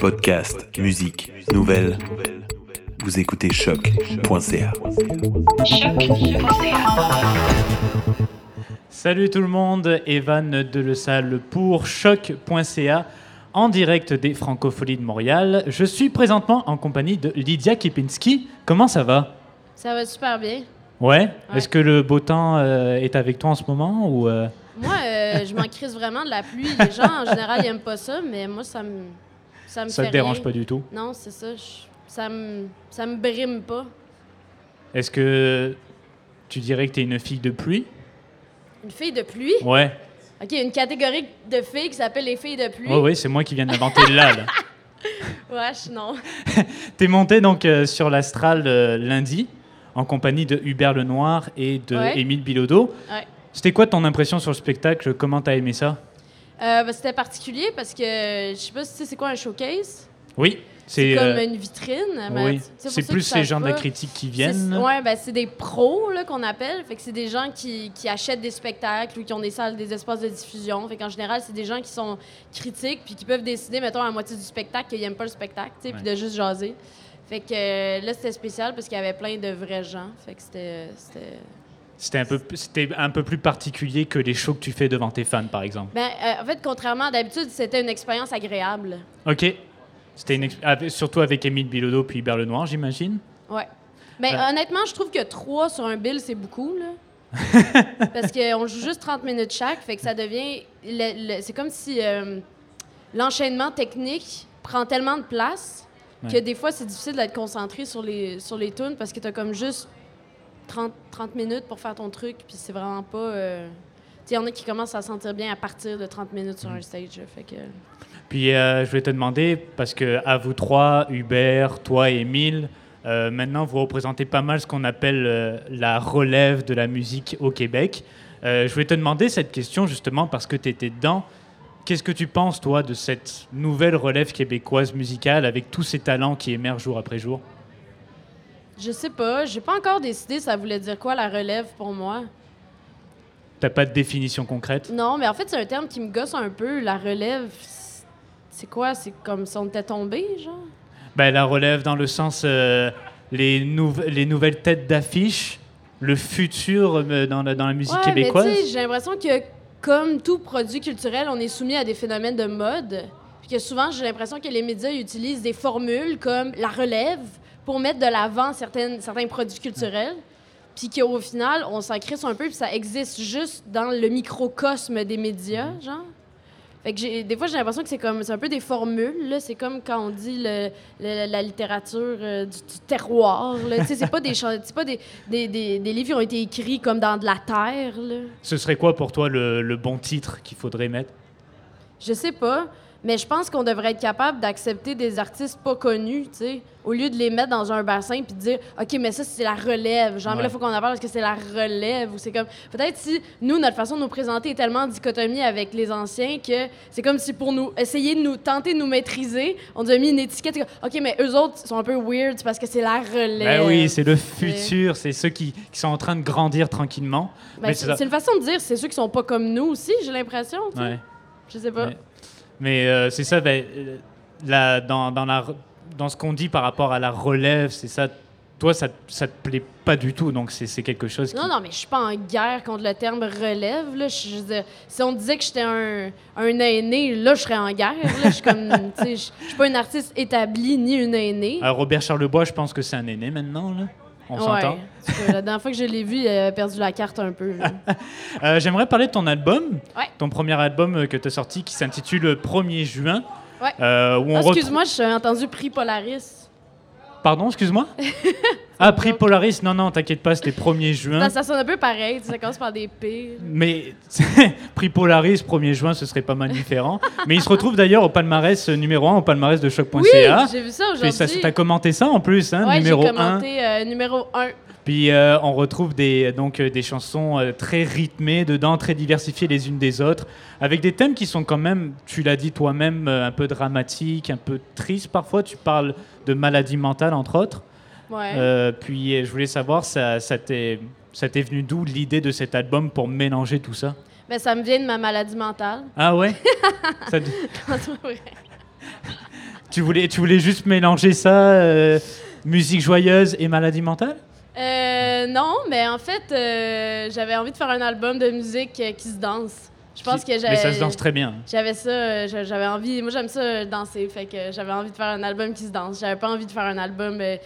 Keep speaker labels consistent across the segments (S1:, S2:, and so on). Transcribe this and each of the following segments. S1: Podcast, musique, nouvelles. Vous écoutez choc.ca.
S2: Salut tout le monde, Evan de Le Salle pour choc.ca en direct des Francopholies de Montréal. Je suis présentement en compagnie de Lydia Kipinski. Comment ça va
S3: Ça va super bien.
S2: Ouais, Est-ce que le beau temps euh, est avec toi en ce moment ou euh,
S3: Moi, euh, je m'en crise vraiment de la pluie. Les gens, en général, ils aiment pas ça, mais moi, ça me. Ça me
S2: ça
S3: fait
S2: te dérange
S3: rien.
S2: pas du tout
S3: Non, c'est ça. je- ça me. Ça me brime pas.
S2: Est-ce que tu dirais que tu es une fille de pluie
S3: Une fille de pluie?
S2: Ouais.
S3: OK, une catégorie de filles qui s'appelle les filles de pluie.
S2: Ouais, ouais, Oh c'est moi qui viens de l'inventer là. là.
S3: Wesh, non.
S2: T'es monté donc euh, sur l'Astral euh, lundi en compagnie de Hubert Lenoir et de
S3: Ouais.
S2: Émile Bilodeau.
S3: Ouais.
S2: C'était quoi ton impression sur le spectacle Comment t'as aimé ça
S3: Euh, bah, c'était particulier parce que je sais pas si tu sais c'est quoi un showcase.
S2: Oui,
S3: C'est
S2: c'est
S3: comme
S2: euh,
S3: une vitrine. mais
S2: oui.
S3: tu- tu sais, pour
S2: C'est
S3: ceux qui
S2: plus les
S3: savent
S2: gens de la
S3: pas,
S2: critique qui
S3: C'est-
S2: viennent.
S3: Ouais, ben, c'est des pros là, qu'on appelle. Fait que c'est des gens qui, qui achètent des spectacles ou qui ont des salles, des espaces de diffusion. Fait qu'en général, c'est des gens qui sont critiques puis qui peuvent décider, mettons, à la moitié du spectacle qu'ils n'aiment pas le spectacle, tu sais, puis
S2: Ouais.
S3: de juste jaser. Fait que euh, là, c'était spécial parce qu'il y avait plein de vrais gens. Fait que c'était. c'était-
S2: C'était un peu c'était un peu plus particulier que les shows que tu fais devant tes fans par exemple.
S3: Ben, euh, en fait, contrairement à d'habitude, c'était une expérience agréable.
S2: OK. C'était une exp- avec- surtout avec Émile Bilodeau puis Hubert Lenoir, j'imagine.
S3: Ouais. Mais
S2: Ouais.
S3: honnêtement, je trouve que 3 sur un bill, c'est beaucoup, là. Parce qu'on joue juste 30 minutes chaque, fait que ça devient. le- le- c'est comme si euh, l'enchaînement technique prend tellement de place que
S2: Ouais.
S3: des fois, c'est difficile d'être concentré sur les, sur les tunes parce que t'as comme juste 30, 30 minutes pour faire ton truc, puis c'est vraiment pas. euh, tu sais, y en a qui commencent à se sentir bien à partir de 30 minutes sur un stage. là, Fait que...
S2: Puis euh, je vais te demander, parce que à vous trois, Hubert, toi et Émile, euh, maintenant vous représentez pas mal ce qu'on appelle euh, la relève de la musique au Québec. Euh, je vais te demander cette question justement parce que tu étais dedans. Qu'est-ce que tu penses, toi, de cette nouvelle relève québécoise musicale avec tous ces talents qui émergent jour après jour
S3: Je sais pas, j'ai pas encore décidé ça voulait dire quoi la relève pour moi.
S2: T'as pas de définition concrète
S3: Non, mais en fait, c'est un terme qui me gosse un peu. La relève, c'est- c'est quoi? C'est comme si on était tombé, genre?
S2: Ben, La relève dans le sens euh, les, nouve- les nouvelles têtes d'affiche, le futur euh, dans la, dans la musique
S3: ouais,
S2: québécoise.
S3: mais tu sais, j'ai l'impression que, comme tout produit culturel, on est soumis à des phénomènes de mode. Puis que souvent, j'ai l'impression que les médias utilisent des formules comme la relève pour mettre de l'avant certaines- certains produits culturels. Puis qu'au final, on s'en crisse un peu, puis ça existe juste dans le microcosme des médias, genre. Fait que j'ai- des fois, j'ai l'impression que c'est comme c'est un peu des formules. là. C'est comme quand on dit le- le- la littérature euh, du, du terroir. là. Tu sais, c'est pas, des, chan- c'est pas des, des, des- des livres qui ont été écrits comme dans de la terre. là.
S2: Ce serait quoi pour toi le, le bon titre qu'il faudrait mettre
S3: Je sais pas, mais je pense qu'on devrait être capable d'accepter des artistes pas connus, tu sais, au lieu de les mettre dans un bassin puis de dire OK, mais ça c'est la relève. Genre mais là
S2: Ouais.
S3: faut qu'on en parle parce que c'est la relève ou c'est comme peut-être si nous notre façon de nous présenter est tellement en dichotomie avec les anciens que c'est comme si pour nous essayer de nous tenter de nous maîtriser, on nous a mis une étiquette OK, mais eux autres sont un peu weird parce que c'est la relève.
S2: Ben oui, c'est
S3: euh,
S2: le futur, c'est ceux qui, qui sont en train de grandir tranquillement.
S3: Ben,
S2: mais c'est
S3: c'est
S2: ça.
S3: c'est une façon de dire c'est ceux qui sont pas comme nous aussi, j'ai l'impression, tu sais.
S2: Ouais.
S3: Je sais pas.
S2: Mais- Mais euh, c'est ça, ben, euh, la- dans, dans la, re- dans ce qu'on dit par rapport à la relève, c'est ça. Toi, ça, ça te plaît pas du tout, donc c'est c'est quelque chose qui.
S3: Non, non, mais je suis pas en guerre contre le terme relève. Là. Je, je veux dire, si on disait que j'étais un, un aîné, là, je serais en guerre. Là. Je suis comme, tu sais, je je suis pas une artiste établie ni une aînée.
S2: Euh, Robert Charlebois, je pense que c'est un aîné maintenant, là. On s'entend.
S3: ouais. Parce que La dernière fois que je l'ai vu, il avait perdu la carte un peu. là.
S2: Euh, J'aimerais parler de ton album,
S3: Ouais.
S2: ton premier album euh, que tu as sorti qui s'intitule 1er juin.
S3: Ouais.
S2: euh, où on
S3: Ah,
S2: retrouve-
S3: Excuse-moi, j'ai entendu prix Polaris.
S2: Pardon, excuse-moi Ah, prix Polaris, non, non, t'inquiète pas, c'était 1er juin.
S3: Ça, ça sonne un peu pareil. tu sais, Ça commence par des P.
S2: Mais prix Polaris, 1er juin, ce serait pas mal différent. Mais il se retrouve d'ailleurs au palmarès euh, numéro 1, au palmarès de
S3: Oui,
S2: choc.ca.
S3: j'ai vu ça
S2: Puis ça,
S3: aujourd'hui.
S2: t'as commenté ça en plus, hein,
S3: Ouais, j'ai
S2: numéro 1.
S3: commenté euh, numéro 1.
S2: Puis euh, on retrouve des, donc, euh, des chansons euh, très rythmées dedans, très diversifiées les unes des autres, avec des thèmes qui sont quand même, tu l'as dit toi-même, euh, un peu dramatiques, un peu tristes parfois. Tu parles de maladie mentale, entre autres.
S3: Ouais.
S2: Euh, puis euh, je voulais savoir, ça, ça t'est ça t'est venu d'où l'idée de cet album pour mélanger tout ça
S3: Ben, ça me vient de ma maladie mentale.
S2: Ah ouais Ça te-
S3: Ouais.
S2: tu, voulais, tu voulais juste mélanger ça, euh, musique joyeuse et maladie mentale
S3: Euh, non, mais en fait, euh, j'avais envie de faire un album de musique euh, qui se danse. Je pense que j'avais.
S2: Mais ça se danse très bien.
S3: J'avais ça, euh, j'a- j'avais envie. Moi, j'aime ça euh, danser, fait que j'avais envie de faire un album qui se danse. J'avais pas envie de faire un album euh,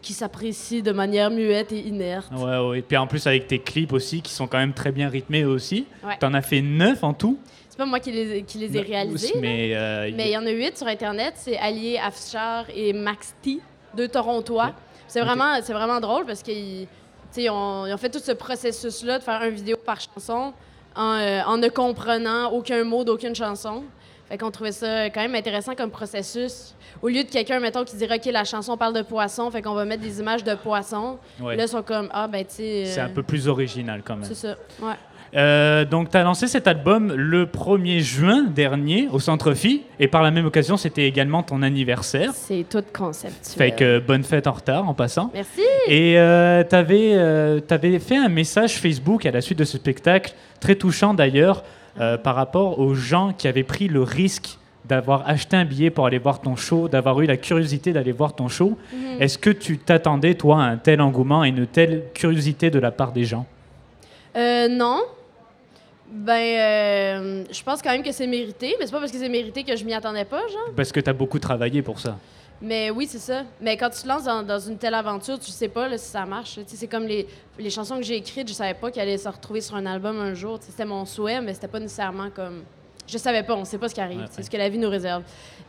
S3: qui s'apprécie de manière muette et inerte.
S2: Ouais, ouais. Et puis en plus, avec tes clips aussi, qui sont quand même très bien rythmés aussi.
S3: Ouais.
S2: T'en as fait 9 en tout.
S3: C'est pas moi qui les, qui les ai réalisés. là.
S2: Mais, euh,
S3: Mais il y en a huit sur Internet. C'est Allier Afshar et Max T, deux Torontois.
S2: Ok.
S3: C'est
S2: Ok.
S3: vraiment, c'est vraiment drôle parce qu'ils tu sais, ils ont, ils ont fait tout ce processus-là de faire une vidéo par chanson en, euh, en ne comprenant aucun mot d'aucune chanson. Fait qu'on trouvait ça quand même intéressant comme processus. Au lieu de quelqu'un, mettons, qui dirait « OK, la chanson parle de poisson, fait qu'on va mettre des images de poisson
S2: ouais,
S3: Là, ils sont comme « Ah, ben, tu sais... euh,
S2: c'est un peu plus original quand même.
S3: C'est ça, ouais.
S2: Euh, donc, tu as lancé cet album le 1er juin dernier au Centre Phi. Et par la même occasion, c'était également ton anniversaire.
S3: C'est tout conceptuel.
S2: Fait que euh, bonne fête en retard en passant.
S3: Merci!
S2: Et euh, t'avais euh, t'avais fait un message Facebook à la suite de ce spectacle, très touchant d'ailleurs, euh, par rapport aux gens qui avaient pris le risque d'avoir acheté un billet pour aller voir ton show, d'avoir eu la curiosité d'aller voir ton show.
S3: Mhm.
S2: Est-ce que tu t'attendais, toi, à un tel engouement et une telle curiosité de la part des gens
S3: Euh, non. Ben, euh, je pense quand même que c'est mérité, mais c'est pas parce que c'est mérité que je m'y attendais pas, genre.
S2: Parce que tu as beaucoup travaillé pour ça.
S3: Mais oui, c'est ça. Mais quand tu te lances dans, dans une telle aventure, tu sais pas là, si ça marche. Tu sais, c'est comme les, les chansons que j'ai écrites, je savais pas qu'elles allaient se retrouver sur un album un jour. Tu sais, C'était mon souhait, mais c'était pas nécessairement comme. Je savais pas, on sait pas ce qui arrive.
S2: Ouais,
S3: C'est
S2: ouais.
S3: ce que la vie nous réserve.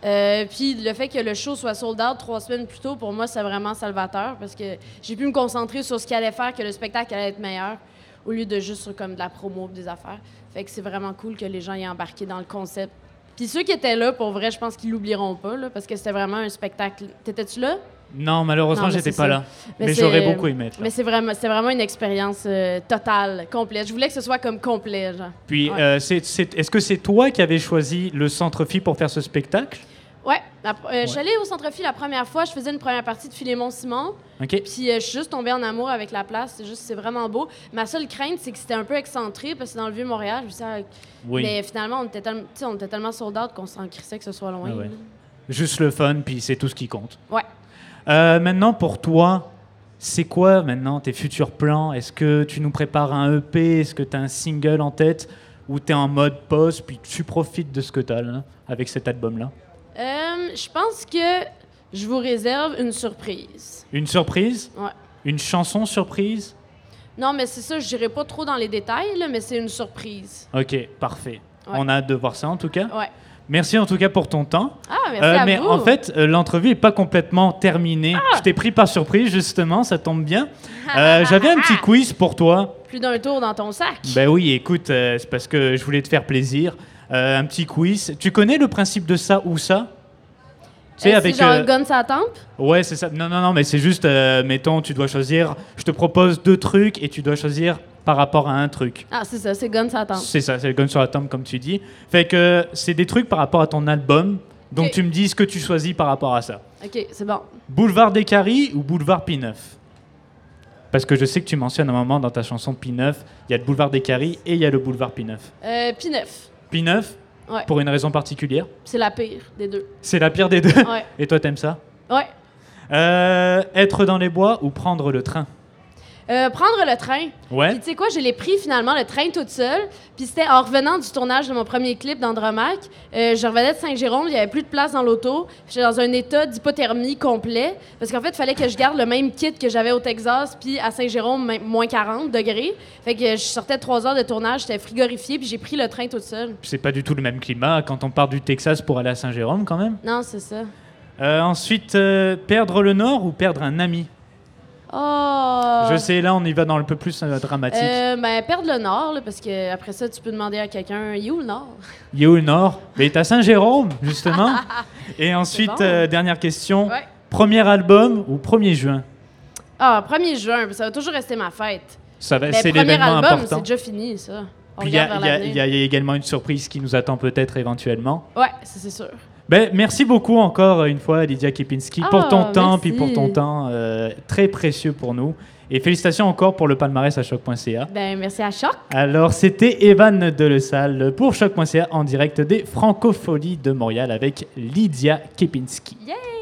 S3: Euh, puis le fait que le show soit sold out trois semaines plus tôt, pour moi, c'est vraiment salvateur parce que j'ai pu me concentrer sur ce qui allait faire que le spectacle allait être meilleur au lieu de juste sur comme de la promo pis des affaires. Fait que c'est vraiment cool que les gens aient embarqué dans le concept. Puis ceux qui étaient là, pour vrai, je pense qu'ils l'oublieront pas, là, parce que c'était vraiment un spectacle. T'étais-tu là?
S2: Non, malheureusement,
S3: Non, mais
S2: j'étais
S3: c'est
S2: pas
S3: ça.
S2: là. Mais,
S3: c'est-
S2: j'aurais beaucoup aimé être là.
S3: Mais c'est vraiment, c'est vraiment une expérience euh, totale, complète. Je voulais que ce soit comme complet, genre.
S2: Puis,
S3: Ouais.
S2: euh, c'est- c'est- est-ce que c'est toi qui avais choisi le Centre Phi pour faire ce spectacle
S3: Ouais, la pr- euh, je suis allée au centre-fille la première fois, je faisais une première partie de Philémon Simon,
S2: Ok.
S3: puis euh, je suis juste tombée en amour avec la place, c'est juste, c'est vraiment beau. Ma seule crainte, c'est que c'était un peu excentré, parce que dans le Vieux-Montréal, je me suis dit, ah,
S2: Oui.
S3: mais finalement, on était, tel- tu sais, on était tellement sold out qu'on s'en crissait que ce soit loin.
S2: Ah ouais.
S3: là.
S2: Juste le fun, puis c'est tout ce qui compte.
S3: Ouais.
S2: Euh, maintenant, pour toi, c'est quoi maintenant tes futurs plans Est-ce que tu nous prépares un EP Est-ce que tu as un single en tête Ou tu es en mode pause, puis tu profites de ce que tu as là, avec cet album-là
S3: Euh, je pense que je vous réserve une surprise.
S2: Une surprise
S3: Ouais.
S2: Une chanson surprise
S3: Non, mais c'est ça, je dirais pas trop dans les détails, là, mais c'est une surprise.
S2: Ok, parfait. On a hâte de voir ça en tout cas.
S3: Ouais.
S2: Merci en tout cas pour ton temps.
S3: Ah, merci
S2: Euh,
S3: à
S2: mais
S3: vous. Ah.
S2: en fait, euh, l'entrevue n'est pas complètement terminée. Je t'ai pris par surprise, justement, ça tombe bien. Euh, J'avais
S3: ah,
S2: un petit quiz pour toi.
S3: Plus d'un tour dans ton sac.
S2: Ben oui, écoute, euh, c'est parce que je voulais te faire plaisir. Euh, un petit quiz. Tu connais le principe de ça ou ça Tu sais,
S3: Euh,
S2: avec.
S3: C'est genre
S2: euh,
S3: gun sa tempe.
S2: Ouais, c'est ça. Non, non, non, mais c'est juste, euh, mettons, tu dois choisir. Je te propose deux trucs et tu dois choisir par rapport à un truc.
S3: Ah, c'est ça, c'est gun sa tempe.
S2: C'est ça, c'est le gun sur la tombe, comme tu dis. Fait que euh, c'est des trucs par rapport à ton album. Donc
S3: Ok.
S2: tu me dis ce que tu choisis par rapport à ça.
S3: OK, c'est bon.
S2: Boulevard des Caries ou Boulevard P9 Parce que je sais que tu mentionnes un moment dans ta chanson P9, il y a le Boulevard des Caries et il y a le Boulevard P9.
S3: Euh, puis neuf.
S2: P9,
S3: Ouais.
S2: pour une raison particulière,
S3: C'est la pire des deux.
S2: c'est la pire des deux.
S3: Ouais.
S2: Et toi, t'aimes ça
S3: Ouais.
S2: Euh, Être dans les bois ou prendre le train
S3: Euh, prendre le train. Puis
S2: Ouais.
S3: tu sais quoi, je l'ai pris finalement, le train toute seule. Puis c'était en revenant du tournage de mon premier clip d'Andromaque. Euh, je revenais de Saint-Jérôme, il n'y avait plus de place dans l'auto. J'étais dans un état d'hypothermie complet. Parce qu'en fait, il fallait que je garde le même kit que j'avais au Texas, puis à Saint-Jérôme, même moins 40 degrés. Fait que euh, je sortais de trois heures de tournage, j'étais frigorifiée, puis j'ai pris le train toute seule.
S2: C'est pas du tout le même climat quand on part du Texas pour aller à Saint-Jérôme quand même.
S3: Non, c'est ça.
S2: Euh, ensuite, euh, perdre le nord ou perdre un ami
S3: Oh!
S2: Je sais, là on y va dans le peu plus euh, dramatique.
S3: Euh, ben, perdre le nord, là, parce que après ça, tu peux demander à quelqu'un, il est où le nord?
S2: Il est où le nord Mais il est à Saint-Jérôme, justement. Et ensuite,
S3: bon.
S2: euh, dernière question.
S3: Ouais.
S2: Premier album ou 1er juin
S3: Ah, 1er juin, ça va toujours rester ma fête.
S2: Ça va,
S3: Mais
S2: Euh, c'est
S3: premier
S2: l'événement
S3: album, c'est
S2: important.
S3: déjà fini, ça. On
S2: Puis il y, a-
S3: regarde
S2: il y
S3: vers
S2: a-
S3: l'avenir.
S2: il y a également une surprise qui nous attend peut-être éventuellement.
S3: Ouais, ça c'est sûr.
S2: Ben, merci beaucoup encore une fois, Lydia Kipinski,
S3: Ah,
S2: pour ton temps,
S3: merci.
S2: puis pour ton temps euh, très précieux pour nous. Et félicitations encore pour le palmarès à choc.ca.
S3: Ben, merci à Choc.
S2: Alors, c'était Evan Delessal pour choc.ca en direct des Francopholies de Montréal avec Lydia Kepinski.
S3: Yay!